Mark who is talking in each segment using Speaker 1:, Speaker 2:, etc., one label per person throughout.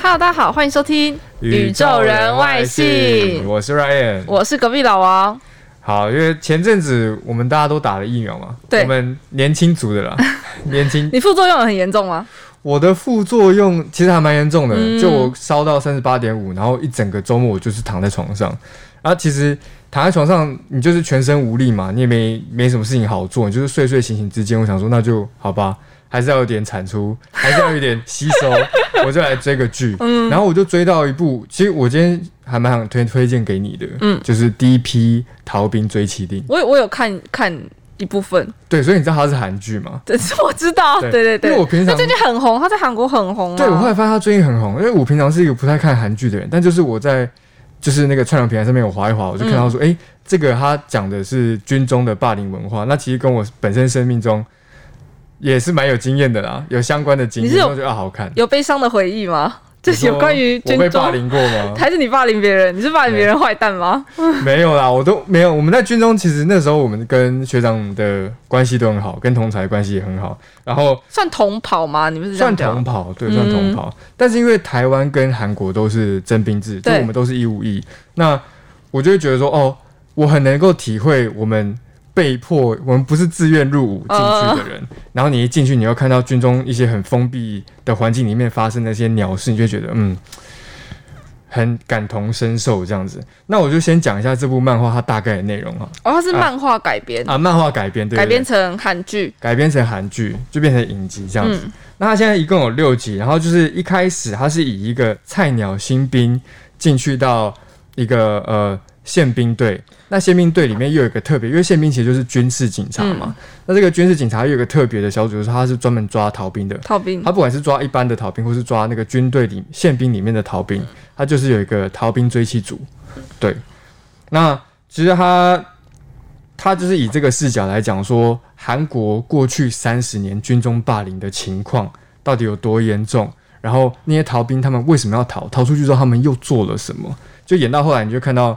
Speaker 1: Hello，大家好，欢迎收听《
Speaker 2: 我是 Ryan。
Speaker 1: 我是隔壁老啊王。
Speaker 2: 好，因为前阵子我们大家都打了疫苗嘛，
Speaker 1: 对
Speaker 2: 我们年轻族的啦，年轻。
Speaker 1: 你副作用很严重吗？
Speaker 2: 我的副作用其实还蛮严重的，
Speaker 1: 嗯
Speaker 2: 就我烧到三十八点五，然后一整个周末我就是躺在床上。然后其实躺在床上，你就是全身无力嘛，你也没没什么事情好做，你就是睡睡醒醒之间，我想说那就好吧，还是要有点产 出，还是要有点吸收，我就来追个剧。
Speaker 1: 嗯
Speaker 2: 然后我就追到一部，其实我今天还蛮想推推荐给你的，
Speaker 1: 嗯
Speaker 2: 就是第一批逃兵追麒麟。
Speaker 1: 我有我有看看一部分，
Speaker 2: 对，所以你知道它是韩剧吗？
Speaker 1: 但是我知道，对对对，
Speaker 2: 因为我平常
Speaker 1: 他最近很红，他在韩国很红、啊。
Speaker 2: 对，我后来发现他最近很红，因为我平常是一个不太看韩剧的人，但就是我在就是那个串流平台上面我划一划，我就看到
Speaker 1: 嗯
Speaker 2: 说，哎、这个他讲的是军中的霸凌文化，那其实跟我本身生命中也是蛮有经验的啦，有相关的经
Speaker 1: 你
Speaker 2: 验，
Speaker 1: 是有
Speaker 2: 然后就啊好看。
Speaker 1: 有悲伤的回忆吗？这
Speaker 2: 你
Speaker 1: 是有
Speaker 2: 说
Speaker 1: 关于
Speaker 2: 我
Speaker 1: 军
Speaker 2: 被霸
Speaker 1: 中，
Speaker 2: 凌过吗？
Speaker 1: 还是你霸凌别人？你是霸凌别人坏蛋吗？
Speaker 2: 没有啦，我都没有。我们在军中其实那时候我们跟学长的关系都很好，跟同才关系也很好，然后
Speaker 1: 算同跑吗？你们是这
Speaker 2: 算
Speaker 1: 样讲
Speaker 2: 同？跑，对，
Speaker 1: 嗯
Speaker 2: 算同跑。但是因为台湾跟韩国都是征兵制，就
Speaker 1: 对
Speaker 2: 我们都是义务役，那我就会觉得说，哦，我很能够体会我们被迫，我们不是自愿入伍进
Speaker 1: 哦
Speaker 2: 去的人。然后你一进去，你又看到军中一些很封闭的环境里面发生那些鸟事，你就会觉得，嗯。很感同身受这样子，那我就先讲一下这部漫画它大概的内容哈
Speaker 1: 哦，它是漫画改编，
Speaker 2: 啊，漫画改编对对对
Speaker 1: 改编成韩剧。
Speaker 2: 改编成韩剧，就变成影集这样子。
Speaker 1: 嗯
Speaker 2: 那它现在一共有六集，然后就是一开始它是以一个菜鸟新兵进去到一个呃宪兵队，那宪兵队里面又有一个特别，因为宪兵其实就是军事警察
Speaker 1: 嗯
Speaker 2: 嘛。那这个军事警察又有一个特别的小组，就是他是专门抓逃兵的。
Speaker 1: 逃兵
Speaker 2: 他，不管是抓一般的逃兵，或是抓那个军队里宪兵里面的逃兵，他就是有一个逃兵追妻组。对，那其实他他就是以这个视角来讲说，韩国过去三十年军中霸凌的情况到底有多严重，然后那些逃兵他们为什么要逃，逃出去之后他们又做了什么，就演到后来你就看到。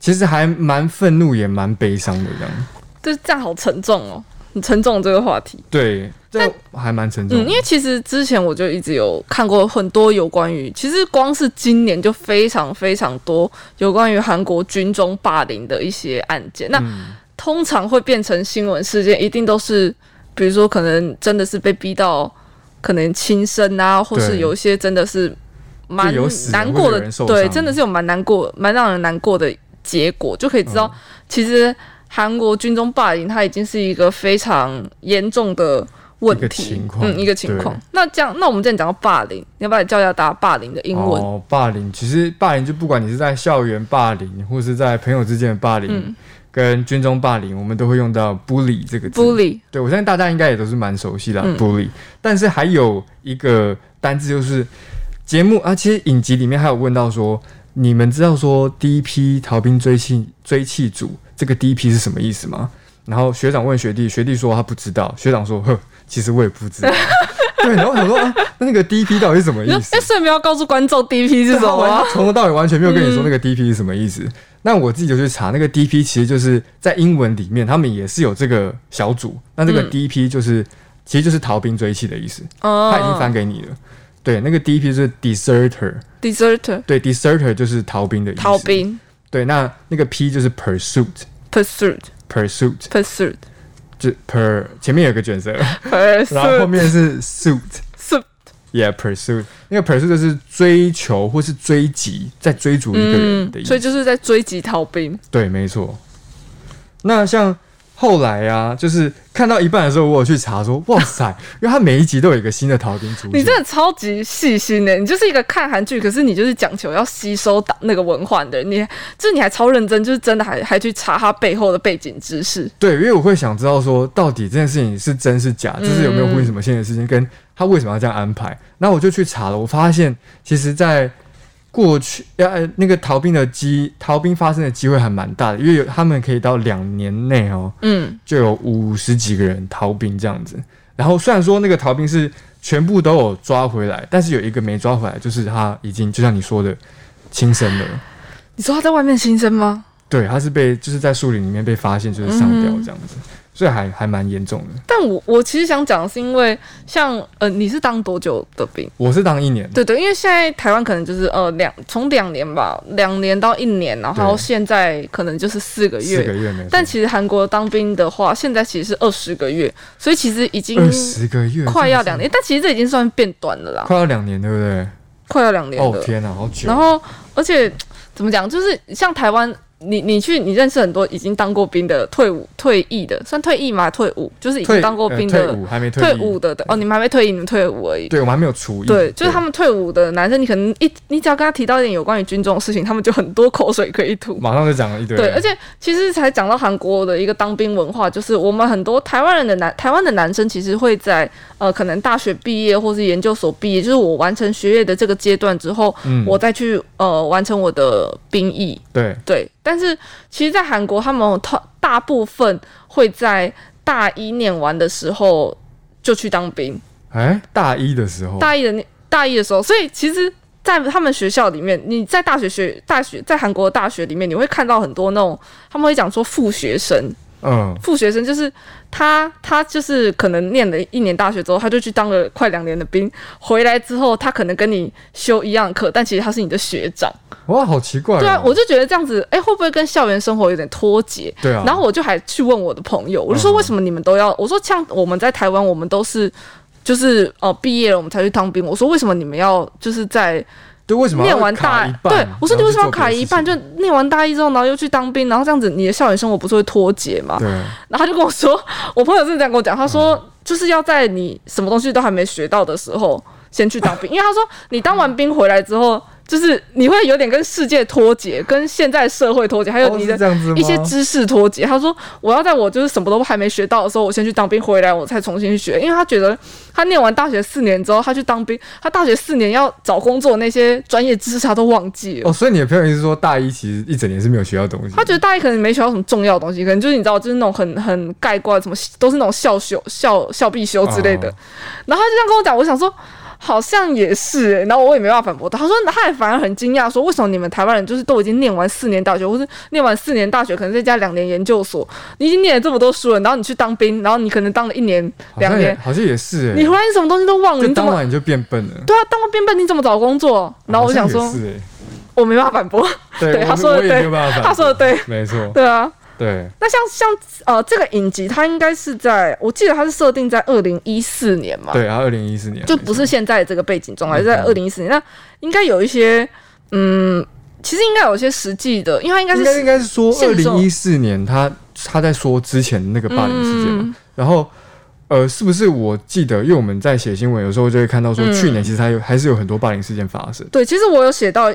Speaker 2: 其实还蛮愤怒，也蛮悲伤的这样。
Speaker 1: 嗯就是这样，好沉重哦，很沉重这个话题。
Speaker 2: 对，这还蛮沉重
Speaker 1: 嗯，
Speaker 2: 的。
Speaker 1: 因为其实之前我就一直有看过很多有关于，其实光是今年就非常非常多有关于韩国军中霸凌的一些案件。那、
Speaker 2: 嗯
Speaker 1: 通常会变成新闻事件，一定都是比如说可能真的是被逼到可能轻生啊，或是
Speaker 2: 对
Speaker 1: 有一些真的是蛮
Speaker 2: 就有死人
Speaker 1: 难过
Speaker 2: 或者有
Speaker 1: 的
Speaker 2: 人受，
Speaker 1: 对，
Speaker 2: 伤
Speaker 1: 真的是有蛮难过、蛮让人难过的结果，就可以知
Speaker 2: 嗯
Speaker 1: 道、其实韩国军中霸凌它已经是一个非常严重的问
Speaker 2: 一个
Speaker 1: 题
Speaker 2: 情，况
Speaker 1: 嗯，一个情况
Speaker 2: 对。
Speaker 1: 那这样，那我们之前讲到霸凌，你要不要来教一下大家霸凌的英文？
Speaker 2: 哦，霸凌其实霸凌就不管你是在校园霸凌，或是在朋友之间的霸凌，
Speaker 1: 嗯
Speaker 2: 跟军中霸凌，我们都会用到 bully 这个字。
Speaker 1: bully
Speaker 2: 对我相信大家应该也都是蛮熟悉的、
Speaker 1: 嗯
Speaker 2: bully，但是还有一个单字就是节目啊，其实影集里面还有问到说，你们知道说第一批逃兵追气追气组这个第一批是什么意思吗？然后学长问学弟，学弟说他不知道，学长说呵，其实我也不知 道。对，然后我想说啊，那那个第一批到底是什么
Speaker 1: 你
Speaker 2: 意
Speaker 1: 说，
Speaker 2: 思
Speaker 1: 哎，？所以没有告诉观众第一批是什
Speaker 2: 对他
Speaker 1: 么
Speaker 2: 完
Speaker 1: 吗？
Speaker 2: 他从头到尾完全没有跟你说那个 DP 是什么意思。那我自己就去查，那个 DP 其实就是在英文里面，他们也是有这个小组。那这个
Speaker 1: 嗯
Speaker 2: DP 就是、其实就是逃兵追妻的意思，他已经翻
Speaker 1: 哦
Speaker 2: 给你了。对，那个 DP 就是 deserter，
Speaker 1: ，deserter
Speaker 2: 对，deserter 就是逃兵的意思。
Speaker 1: 逃。兵
Speaker 2: 对，那那个 P 就是 pursuit，pursuit
Speaker 1: pursuit pursuit
Speaker 2: 就 per 前面有个卷 舌，然后后
Speaker 1: Pursuit
Speaker 2: 面是 suit。
Speaker 1: 是
Speaker 2: Yeah, pursuit，那个 pursuit 就是追求或是追击，在追逐一个人
Speaker 1: 嗯
Speaker 2: 的意，思。
Speaker 1: 所以就是在追击逃兵。
Speaker 2: 对，没错。那像后来啊，就是看到一半的时候，我有去查说，哇塞， 因为它每一集都有一个新的逃兵出现。
Speaker 1: 你真的超级细心的、欸你就是一个看韩剧，可是你就是讲求要吸收打那个文化的人，你就是你还超认真，就是真的还还去查他背后的背景知识。
Speaker 2: 对，因为我会想知道说，到底这件事情是真是假，就是有没有呼应什么现实事情，跟他为什么要这样安排。那我就去查了，我发现其实，在过去呃那个逃兵的机逃兵发生的机会还蛮大的，因为有他们可以到两年内哦，
Speaker 1: 嗯，
Speaker 2: 就有五十几个人逃兵这样子。然后虽然说那个逃兵是全部都有抓回来，但是有一个没抓回来，就是他已经就像你说的轻生了。
Speaker 1: 你说他在外面新生吗？
Speaker 2: 对，他是被就是在树林里面被发现，就是上吊这样子，所以还还蛮严重的。
Speaker 1: 但我我其实想讲的是，因为像呃，你是当多久的兵？
Speaker 2: 我是当一年，
Speaker 1: 对对，因为现在台湾可能就是呃两从两年吧，两年到一年，然后
Speaker 2: 对
Speaker 1: 现在可能就是四个
Speaker 2: 四个
Speaker 1: 月。
Speaker 2: 月没错，
Speaker 1: 但其实韩国当兵的话，现在其实是二十个月，所以其实已经
Speaker 2: 二十个月
Speaker 1: 快要
Speaker 2: 这样
Speaker 1: 两
Speaker 2: 子
Speaker 1: 年，但其实这已经算变短了啦，
Speaker 2: 快要两年，对不对？
Speaker 1: 快要两年了。
Speaker 2: 哦天哪，好久。
Speaker 1: 然后，而且怎么讲，就是像台湾，你你去你认识很多已经当过兵的退伍退役的，算退役嘛？退伍就是已经
Speaker 2: 退
Speaker 1: 当过兵
Speaker 2: 呃
Speaker 1: 的
Speaker 2: 退、伍还没
Speaker 1: 退
Speaker 2: 役
Speaker 1: 伍，的的哦，你们还没退役，你们退伍而已。
Speaker 2: 对我们还没有除役，
Speaker 1: 对，就是他们退伍的男生，你可能一你只要跟他提到一点有关于军中的事情，他们就很多口水可以吐。
Speaker 2: 马上就讲了一堆，
Speaker 1: 对，而且其实才讲到韩国的一个当兵文化，就是我们很多台湾人的男台湾的男生，其实会在呃可能大学毕业或是研究所毕业，就是我完成学业的这个阶段之后，
Speaker 2: 嗯
Speaker 1: 我再去呃完成我的兵役。
Speaker 2: 对
Speaker 1: 对，但是其实，在韩国他们大大部分会在大一念完的时候就去当兵，
Speaker 2: 哎，大一的时候，
Speaker 1: 大一的那大一的时候，所以其实。在他们学校里面，你在大学学大学，在韩国的大学里面，你会看到很多那种他们会讲说副学生，
Speaker 2: 嗯，
Speaker 1: 副学生就是他，他就是可能念了一年大学之后，他就去当了快两年的兵，回来之后他可能跟你修一样的课，但其实他是你的学长。
Speaker 2: 哇，好奇怪哦，
Speaker 1: 对啊，我就觉得这样子，哎、会不会跟校园生活有点脱节？
Speaker 2: 对啊，嗯
Speaker 1: 然后我就还去问我的朋友，我就说为什么你们都要？我说像我们在台湾，我们都是。就是呃，毕业了我们才去当兵。我说为什么你们要就是在
Speaker 2: 对为什么要
Speaker 1: 念完
Speaker 2: 卡
Speaker 1: 大
Speaker 2: 一半？
Speaker 1: 对我说你为什么
Speaker 2: 然后去做
Speaker 1: 要卡
Speaker 2: 别的
Speaker 1: 一半？
Speaker 2: 事
Speaker 1: 就
Speaker 2: 情
Speaker 1: 念完大一之后，然后又去当兵，然后这样子你的校园生活不是会脱节吗？
Speaker 2: 对，嗯
Speaker 1: 然后他就跟我说， 我朋友是这样跟我讲，他说就是要在你什么东西都还没学到的时候，先去当兵，因为他说你当完兵回来之后，就是你会有点跟世界脱节，跟现在社会脱节，还有
Speaker 2: 哦
Speaker 1: 你
Speaker 2: 是
Speaker 1: 的
Speaker 2: 这样子吗
Speaker 1: 一些知识脱节。他说我要在我就是什么都还没学到的时候，我先去当兵回来，我才重新去学，因为他觉得他念完大学四年之后，他去当兵，他大学四年要找工作那些专业知识他都忘记了。
Speaker 2: 哦，所以你的朋友意思是说大一其实一整年是没有学到东西，
Speaker 1: 他觉得大一可能没学到什么重要的东西，可能就是你知道，就是那种很很概括，什么都是那种校修、校校必修之类的。啊
Speaker 2: 哦
Speaker 1: 然后他就这样跟我讲，我想说好像也是、欸，然后我也没办法反驳他。他说他也反而很惊讶，说为什么你们台湾人就是都已经念完四年大学，或是念完四年大学，可能再加两年研究所，你已经念了这么多书了，然后你去当兵，然后你可能当了一年、
Speaker 2: 好像
Speaker 1: 两
Speaker 2: 也
Speaker 1: 年，
Speaker 2: 好像也是哎，
Speaker 1: 你回来你什么东西都忘了，
Speaker 2: 就
Speaker 1: 你怎
Speaker 2: 当
Speaker 1: 么？
Speaker 2: 晚你就变笨了。
Speaker 1: 对啊，当完兵笨，你怎么找工作？然后我想
Speaker 2: 好
Speaker 1: 说
Speaker 2: 像，也是
Speaker 1: 我没办法反驳。
Speaker 2: 哎，对
Speaker 1: 对
Speaker 2: 我
Speaker 1: 他说的
Speaker 2: 我也
Speaker 1: 对
Speaker 2: 没有办法反驳，
Speaker 1: 他说的对，
Speaker 2: 没错，
Speaker 1: 对啊，
Speaker 2: 对，
Speaker 1: 那像像呃，这个影集它应该是在，我记得它是设定在二零一四年嘛，
Speaker 2: 对，然后二零一四年
Speaker 1: 就不是现在这个背景中，而是在
Speaker 2: 嗯
Speaker 1: 二零一四年。那应该有一些，嗯，其实应该有一些实际的，因为它应该
Speaker 2: 应
Speaker 1: 是
Speaker 2: 该应该是说二
Speaker 1: 现
Speaker 2: 零
Speaker 1: 状
Speaker 2: 一四年他他在说之前那个霸凌事件嘛，
Speaker 1: 嗯
Speaker 2: 然后。呃，是不是我记得？因为我们在写新闻，有时候就会看到说，
Speaker 1: 嗯
Speaker 2: 去年其实还有、还是有很多霸凌事件发生。
Speaker 1: 对，其实我有写到，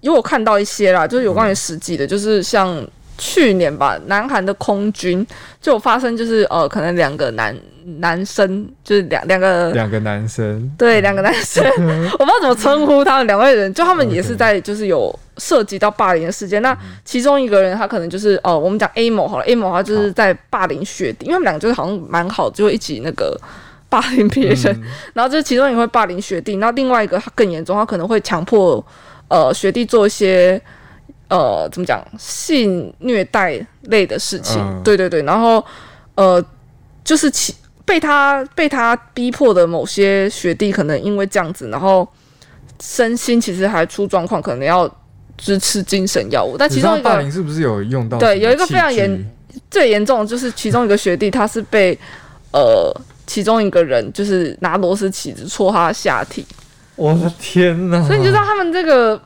Speaker 1: 因为我看到一些啦，就是有
Speaker 2: 嗯
Speaker 1: 关于实际的，就是像去年吧，南韩的空军就有发生，就是呃，可能两个男男生，就是两两 个
Speaker 2: 两个男 生，
Speaker 1: 对，两个男生， 我不知道怎么称呼他们两位人，就他们也是在就是有涉及到霸凌的事件。那其中一个人他可能就是哦、呃我们讲 A 某好了，A 某他就是在霸凌学弟，因为他们两个就是好像蛮好，就一起那个霸凌别人。
Speaker 2: 嗯
Speaker 1: 然后这其中也会霸凌学弟，那另外一个他更严重，他可能会强迫呃学弟做一些呃怎么讲性虐待类的事情，
Speaker 2: 嗯
Speaker 1: 对对对，然后呃就是其被他被他逼迫的某些学弟，可能因为这样子，然后身心其实还出状况，可能要支吃精神药物，但
Speaker 2: 你
Speaker 1: 其
Speaker 2: 知道
Speaker 1: 中一
Speaker 2: 霸
Speaker 1: 个
Speaker 2: 凌是不是有用到
Speaker 1: 对
Speaker 2: 什么
Speaker 1: 有一个非常
Speaker 2: 器具
Speaker 1: 严最严重的就是其中一个学弟，他是被呃其中一个人就是拿螺丝起子戳他的下体，
Speaker 2: 我的天哪！
Speaker 1: 所以你就知道他们这个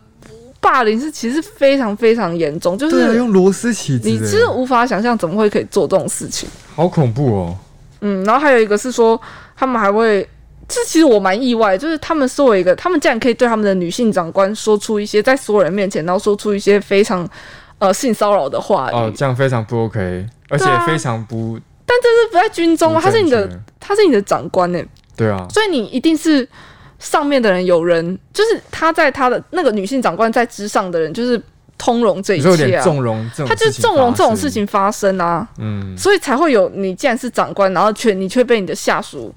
Speaker 1: 霸凌是其实非常非常严重，就
Speaker 2: 对啊，
Speaker 1: 是
Speaker 2: 用螺丝起子，欸
Speaker 1: 你真的无法想象怎么会可以做这种事情。
Speaker 2: 好恐怖哦！
Speaker 1: 嗯，然后还有一个是说，他们还会，这其实我蛮意外，就是他们作为一个，他们竟然可以对他们的女性长官说出一些在所有人面前，然后说出一些非常呃性骚扰的话语，
Speaker 2: 哦，这样非常不 OK，而且
Speaker 1: 对啊
Speaker 2: 非常不
Speaker 1: 就是不在军中啊，
Speaker 2: 不
Speaker 1: 他是你的
Speaker 2: 正确，
Speaker 1: 他是你的长官呢、
Speaker 2: 对啊，
Speaker 1: 所以你一定是上面的人有人，就是他在他的那个女性长官在之上的人，就是通融这
Speaker 2: 你
Speaker 1: 一
Speaker 2: 说有
Speaker 1: 切
Speaker 2: 点
Speaker 1: 啊，
Speaker 2: 纵容这种，
Speaker 1: 他就是纵容这种事，情发生啊。
Speaker 2: 嗯，
Speaker 1: 所以才会有你既然是长官，然后却你却被你的下属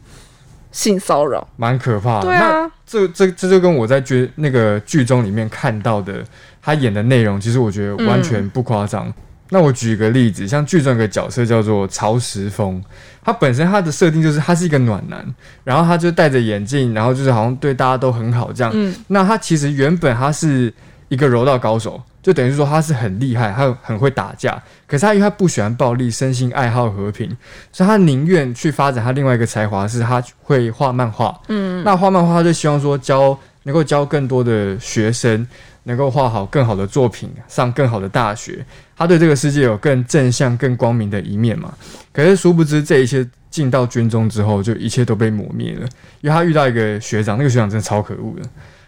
Speaker 1: 性骚扰。
Speaker 2: 蛮可怕的。
Speaker 1: 对啊，
Speaker 2: 这这这就跟我在剧那个剧中里面看到的他演的内容，其实我觉得完全不夸张。那我举一个例子，像剧中有个角色叫做曹石峰，他本身他的设定就是他是一个暖男，然后他就戴着眼镜，然后就是好像对大家都很好这样。
Speaker 1: 嗯
Speaker 2: 那他其实原本他是一个柔道高手，就等于是说他是很厉害，他很会打架。可是他因为他不喜欢暴力，生性爱好和平，所以他宁愿去发展他另外一个才华，是他会画漫画。
Speaker 1: 嗯，
Speaker 2: 那画漫画就希望说教能够教更多的学生能够画好更好的作品，上更好的大学，他对这个世界有更正向、更光明的一面嘛。可是殊不知这一切进到军中之后，就一切都被磨灭了，因为他遇到一个学长，那个学长真的超可恶的，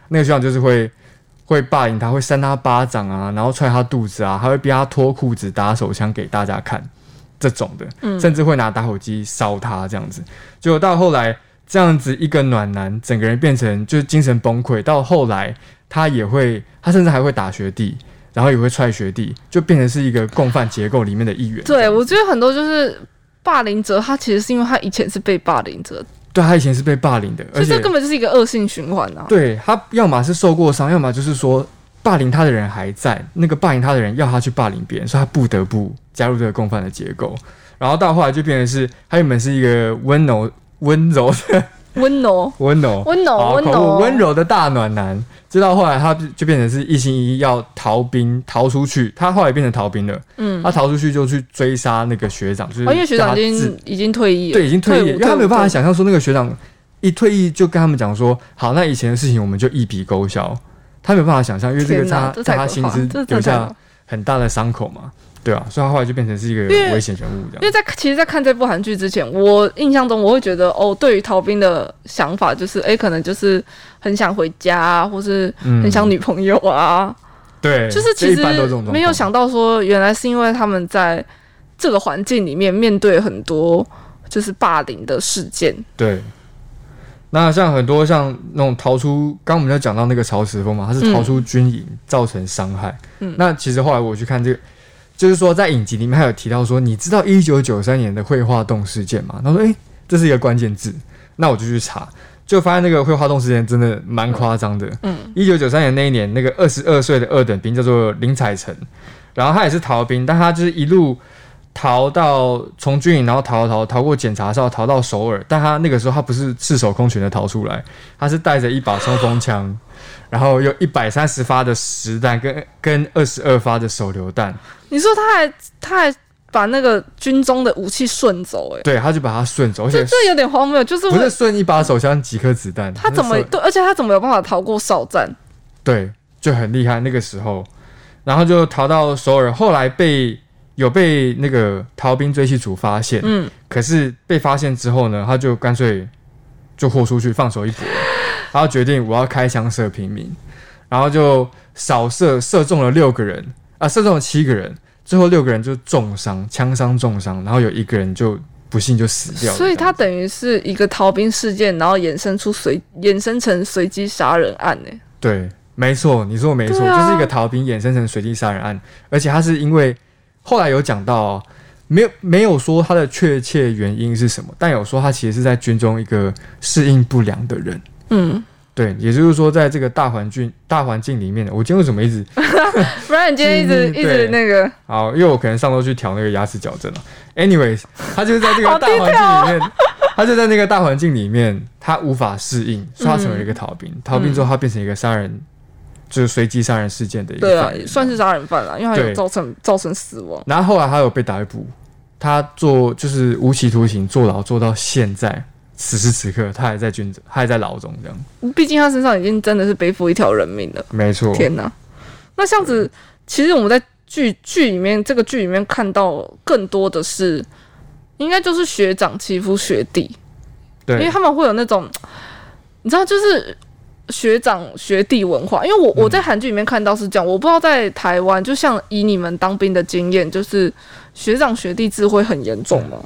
Speaker 2: 那个学长就是会。会霸凌他，会扇他巴掌啊，然后踹他肚子啊，还会逼他脱裤子、打手枪给大家看，这种的，甚至会拿打火机烧他这样子。结果到后来，这样子一个暖男，整个人变成就是精神崩溃，到后来他也会，他甚至还会打学弟，然后也会踹学弟，就变成是一个共犯结构里面的一员。
Speaker 1: 对，我觉得很多就是霸凌者，他其实是因为他以前是被霸凌者，
Speaker 2: 对他以前是被霸凌的，
Speaker 1: 所
Speaker 2: 而
Speaker 1: 以这
Speaker 2: 且
Speaker 1: 根本就是一个恶性循环啊。
Speaker 2: 对他要么是受过伤，要么就是说霸凌他的人还在，那个霸凌他的人要他去霸凌别人，所以他不得不加入这个共犯的结构。然后到后来就变成是，他原本是一个温柔温柔 的
Speaker 1: 温柔，
Speaker 2: 温柔
Speaker 1: 温柔，啊
Speaker 2: 好啊
Speaker 1: 温
Speaker 2: 口
Speaker 1: 柔，
Speaker 2: 吻温。柔的大暖男，直到后来他就变成是一心一意要逃兵逃出去，他后来变成逃兵了，
Speaker 1: 嗯，
Speaker 2: 他逃出去就去追杀那个学长，啊就是
Speaker 1: 哦因为学长
Speaker 2: 让
Speaker 1: 已
Speaker 2: 他自
Speaker 1: 经已经退役了，
Speaker 2: 对已经退役了，
Speaker 1: 伍
Speaker 2: 因为他没有办法。
Speaker 1: 伍
Speaker 2: 想象说那个学长一退役就跟他们讲说，好，那以前的事情我们就一笔勾销，他没有办法想象，因为这个
Speaker 1: 天
Speaker 2: 在他
Speaker 1: 哪，
Speaker 2: 在
Speaker 1: 太
Speaker 2: 他
Speaker 1: 可
Speaker 2: 心
Speaker 1: 怕
Speaker 2: 之
Speaker 1: 了这
Speaker 2: 留
Speaker 1: 太可怕
Speaker 2: 下
Speaker 1: 了
Speaker 2: 很大的伤口嘛，对啊，所以他后来就变成是一个
Speaker 1: 因为
Speaker 2: 危险人物这
Speaker 1: 因
Speaker 2: 样，
Speaker 1: 为在其实，在看这部韩剧之前，我印象中我会觉得，哦，对于逃兵的想法就是，哎，可能就是很想回家啊，或是
Speaker 2: 嗯
Speaker 1: 很想女朋友啊，
Speaker 2: 对，
Speaker 1: 就是
Speaker 2: 这
Speaker 1: 其
Speaker 2: 一般都这
Speaker 1: 实
Speaker 2: 种状
Speaker 1: 没有
Speaker 2: 况
Speaker 1: 想到说，原来是因为他们在这个环境里面面对很多就是霸凌的事件。
Speaker 2: 对。那像很多像那种逃出，刚刚我们就讲到那个曹石峰嘛，他是逃出军营、造成伤害。
Speaker 1: 嗯
Speaker 2: 那其实后来我去看这个，就是说在影集里面还有提到说，你知道一九九三年的绘画洞事件吗？他说，诶、这是一个关键字。那我就去查，就发现那个绘画洞事件真的蛮夸张的。
Speaker 1: 嗯，
Speaker 2: 一九九三年那一年，那个二十二岁的二等兵叫做林采臣，然后他也是逃兵，但他就是一路逃到从军营，然后逃逃逃过检查哨，逃到首尔。但他那个时候他不是赤手空拳的逃出来，他是带着一把冲锋枪，然后有一百三十发的实弹跟跟二十二发的手榴弹，
Speaker 1: 你说他还他还把那个军中的武器顺走、哎，
Speaker 2: 对，他就把它顺走，而且
Speaker 1: 这这有点荒谬，就是
Speaker 2: 不
Speaker 1: 我
Speaker 2: 是顺一把手枪几颗子弹，
Speaker 1: 他怎么
Speaker 2: 是
Speaker 1: 对，而且他怎么有办法逃过哨战？
Speaker 2: 对，就很厉害那个时候，然后就逃到首尔，后来被有被那个逃兵追缉组发现，
Speaker 1: 嗯，
Speaker 2: 可是被发现之后呢，他就干脆就豁出去，放手一 搏，然后决定我要开枪射平民，然后就扫射射中了六个人啊，射中了七个人，最后六个人就重伤，枪伤重伤，然后有一个人就不幸就死掉了这
Speaker 1: 所以
Speaker 2: 样，
Speaker 1: 他等于是一个逃兵事件，然后衍生出随衍生成随机杀人案、哎，
Speaker 2: 对，没错，你说的没错，
Speaker 1: 对啊
Speaker 2: 就是一个逃兵衍生成随机杀人案，而且他是因为后来有讲到哦、没有没有说他的确切原因是什么，但有说他其实是在军中一个适应不良的人。
Speaker 1: 嗯，
Speaker 2: 对，也就是说，在这个大环境大环境里面，我今天为什么一直
Speaker 1: 不然你今天一直
Speaker 2: 嗯对
Speaker 1: 一直那个，
Speaker 2: 好？因为我可能上周去调那个牙齿矫正了。Anyways，他就是在这个
Speaker 1: 好
Speaker 2: 大
Speaker 1: 低啊
Speaker 2: 环境里面，他就在那个大环境里面，他无法适应，所以他成为了一
Speaker 1: 嗯
Speaker 2: 个逃兵。逃兵之后，他变成一个杀人，就是随机杀人事件的一个
Speaker 1: 对啊
Speaker 2: 犯，人
Speaker 1: 算是杀人犯了，因为他
Speaker 2: 对
Speaker 1: 有造成造成死亡。
Speaker 2: 然后后来他有被逮捕，他做就是无期徒刑坐牢坐到现在，此时此刻他还在军，他还在牢中这样。
Speaker 1: 毕竟他身上已经真的是背负一条人命了。
Speaker 2: 没错，
Speaker 1: 天哪！那这样子，其实我们在剧剧里面这个剧里面看到更多的是，应该就是学长欺负学弟，因为
Speaker 2: 对
Speaker 1: 他们会有那种，你知道，就是学长学弟文化。因为我
Speaker 2: 嗯
Speaker 1: 我在韩剧里面看到是这样，我不知道在台湾，就像以你们当兵的经验，就是学长学弟制会很严重吗？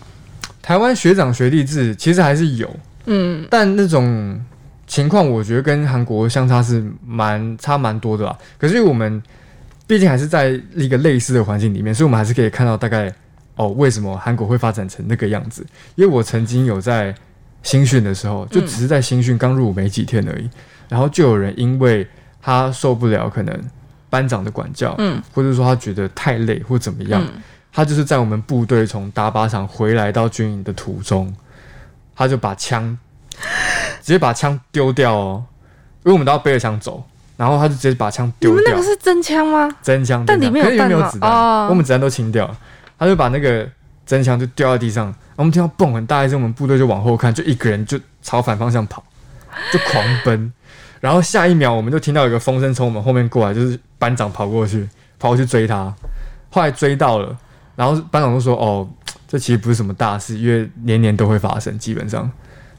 Speaker 2: 台湾学长学弟制其实还是有，
Speaker 1: 嗯，
Speaker 2: 但那种情况，我觉得跟韩国相差是蛮差蛮多的啦。可是因为我们毕竟还是在一个类似的环境里面，所以我们还是可以看到大概哦，为什么韩国会发展成那个样子？因为我曾经有在新训的时候，就只是在新训刚入伍没几天而已，然后就有人因为他受不了可能班长的管教，
Speaker 1: 嗯，
Speaker 2: 或者说他觉得太累或怎么样，
Speaker 1: 嗯
Speaker 2: 他就是在我们部队从打靶场回来到军营的途中，他就把枪直接把枪丢掉哦，因为我们都要背着枪走，然后他就直接把枪
Speaker 1: 你
Speaker 2: 丢
Speaker 1: 们那
Speaker 2: 掉
Speaker 1: 个，是真枪吗？
Speaker 2: 真枪，
Speaker 1: 但
Speaker 2: 真枪
Speaker 1: 里面有
Speaker 2: 可是没有
Speaker 1: 弹吗
Speaker 2: 子弹，
Speaker 1: 哦
Speaker 2: 我们子弹都清掉了，他就把那个真枪就掉在地上，然后我们听到蹦很大一声，我们部队就往后看，就一个人就朝反方向跑，就狂奔，然后下一秒我们就听到有个风声从我们后面过来，就是班长跑过去，跑过去追他，后来追到了，然后班长就说：“哦，这其实不是什么大事，因为年年都会发生，基本上。”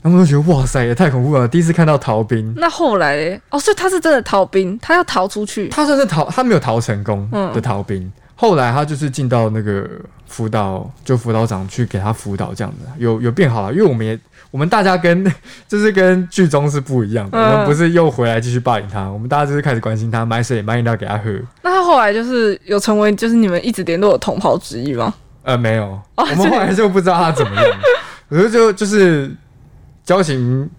Speaker 2: 他们就觉得哇塞，也太恐怖了！第一次看到逃兵，
Speaker 1: 那后来嘞哦，所以他是真的逃兵，他要逃出去。
Speaker 2: 他算是逃，他没有逃成功
Speaker 1: 嗯
Speaker 2: 的逃兵。后来他就是进到那个辅导，就辅导长去给他辅导，这样子有有变好了。因为我们也，我们大家跟 就是跟剧中是不一样的，
Speaker 1: 嗯
Speaker 2: 我们不是又回来继续霸凌他，我们大家就是开始关心他，买水买饮料给他喝。
Speaker 1: 那他后来就是有成为就是你们一直联络的同袍之一吗？
Speaker 2: 呃，没有，
Speaker 1: 哦
Speaker 2: 我们后来就不知道他怎么样。可是就就是交情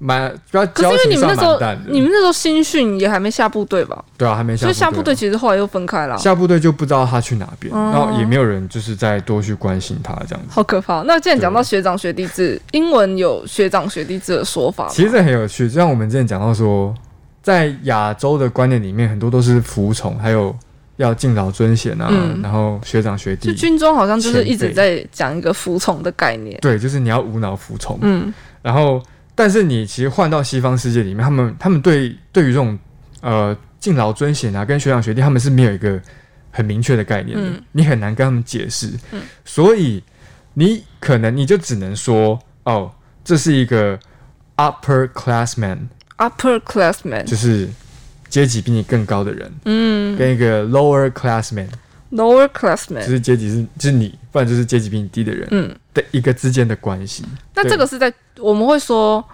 Speaker 2: 蛮，比较
Speaker 1: 可是
Speaker 2: 交
Speaker 1: 因为你
Speaker 2: 情上
Speaker 1: 们那时
Speaker 2: 蛮
Speaker 1: 候
Speaker 2: 淡的。
Speaker 1: 你们那时候新训也还没下部队吧？
Speaker 2: 对啊，还没下
Speaker 1: 所以下部
Speaker 2: 部
Speaker 1: 队
Speaker 2: 队啊。
Speaker 1: 其实后来又分开了，
Speaker 2: 下部队就不知道他去哪边，
Speaker 1: 哦
Speaker 2: 然后也没有人就是再多去关心他这样子。
Speaker 1: 好可怕。那既然讲到学长学弟制，英文有学长学弟制的说法吗？
Speaker 2: 其实这很有趣，就像我们之前讲到说，在亚洲的观念里面，很多都是服从，还有要敬老尊贤啊，
Speaker 1: 嗯
Speaker 2: 然后学长学
Speaker 1: 就
Speaker 2: 弟，
Speaker 1: 军中好像就是一直在讲一个服从的概念。
Speaker 2: 对，就是你要无脑服从。
Speaker 1: 嗯，
Speaker 2: 然后，但是你其实换到西方世界里面，他们他们对对于这种呃敬老尊贤啊，跟学长学弟，他们是没有一个很明确的概念的，
Speaker 1: 嗯
Speaker 2: 你很难跟他们解释。
Speaker 1: 嗯
Speaker 2: 所以你可能你就只能说，哦，这是一个 upper classman，
Speaker 1: upper classman，
Speaker 2: 就是阶级比你更高的人，
Speaker 1: 嗯
Speaker 2: 跟一个 lower classman，
Speaker 1: ，lower
Speaker 2: 就
Speaker 1: classman，
Speaker 2: 是阶级是就是你，不然就是阶级比你低的人
Speaker 1: 嗯，
Speaker 2: 的一个之间的关系。
Speaker 1: 那这个是在我们会说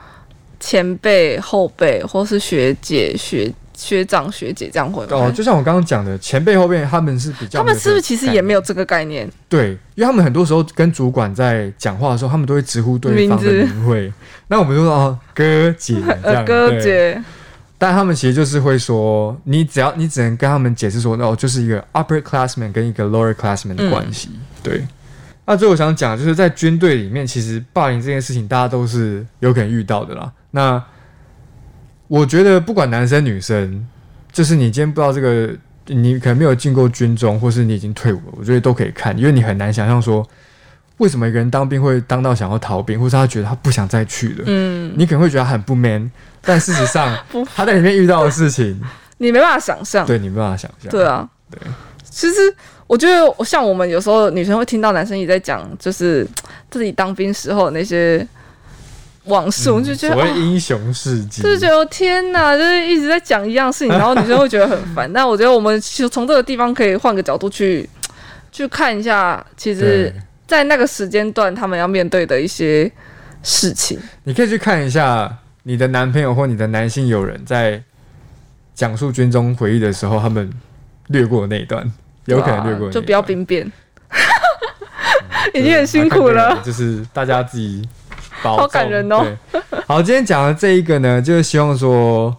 Speaker 1: 前辈、后辈，或是学姐、学学长、学姐这样会吗？
Speaker 2: 哦，就像我刚刚讲的，前辈后辈他们是比较
Speaker 1: 他们
Speaker 2: 没有
Speaker 1: 是
Speaker 2: 这
Speaker 1: 不是
Speaker 2: 个
Speaker 1: 其实
Speaker 2: 概
Speaker 1: 也
Speaker 2: 念
Speaker 1: 没有这个概念？
Speaker 2: 对，因为他们很多时候跟主管在讲话的时候，他们都会直呼对方的
Speaker 1: 名字
Speaker 2: 名讳。那我们就说哦，哥 姐这
Speaker 1: 呃，
Speaker 2: 样，
Speaker 1: 哥
Speaker 2: 对。
Speaker 1: 姐，
Speaker 2: 但他们其实就是会说，你只要你只能跟他们解释说，哦，就是一个 upper classman 跟一个 lower classman 的关系。对。那最后我想讲，就是在军队里面，其实霸凌这件事情，大家都是有可能遇到的啦。那我觉得，不管男生女生，就是你今天不知道这个，你可能没有进过军中，或是你已经退伍了，我觉得都可以看，因为你很难想象说，为什么一个人当兵会当到想要逃兵，或是他觉得他不想再去了。
Speaker 1: 嗯，
Speaker 2: 你可能会觉得他很不 man，但事实上
Speaker 1: 不
Speaker 2: 他在里面遇到的事 情，
Speaker 1: 你没办法想象。
Speaker 2: 对你没办法想象。
Speaker 1: 对，啊，
Speaker 2: 对。
Speaker 1: 其实我觉得，我像我们有时候女生会听到男生也在讲，就是自己当兵时候的那些往事，我就觉
Speaker 2: 嗯
Speaker 1: 得
Speaker 2: 所谓
Speaker 1: 啊
Speaker 2: 英雄事迹，
Speaker 1: 就是觉得天哪，就是一直在讲一 样事情，然后女生会觉得很烦。那我觉得我们其实从这个地方可以换个角度去去看一下，其实
Speaker 2: 对，
Speaker 1: 在那个时间段他们要面对的一些事情。
Speaker 2: 你可以去看一下你的男朋友或你的男性友人在讲述军中回忆的时候，他们略过的那一段，有可能略嗯过的
Speaker 1: 对啊
Speaker 2: 那一段，
Speaker 1: 就不要
Speaker 2: 对，
Speaker 1: 兵变， 已经很辛苦
Speaker 2: 蛮感人
Speaker 1: 了
Speaker 2: 的。就是大家自己保重。
Speaker 1: 好感人哦
Speaker 2: 对。好，今天讲的这一个呢，就是希望说。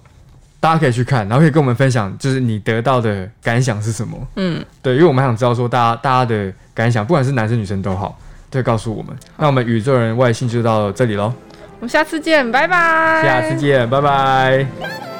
Speaker 2: 大家可以去看，然后可以跟我们分享，就是你得到的感想是什么。
Speaker 1: 嗯，
Speaker 2: 对，因为我们想知道说大家大家的感想，不管是男生女生都好，对，告诉我们。那我们宇宙人外星就到这里喽，
Speaker 1: 我们下次见，拜拜。
Speaker 2: 下次见，拜拜。
Speaker 3: 「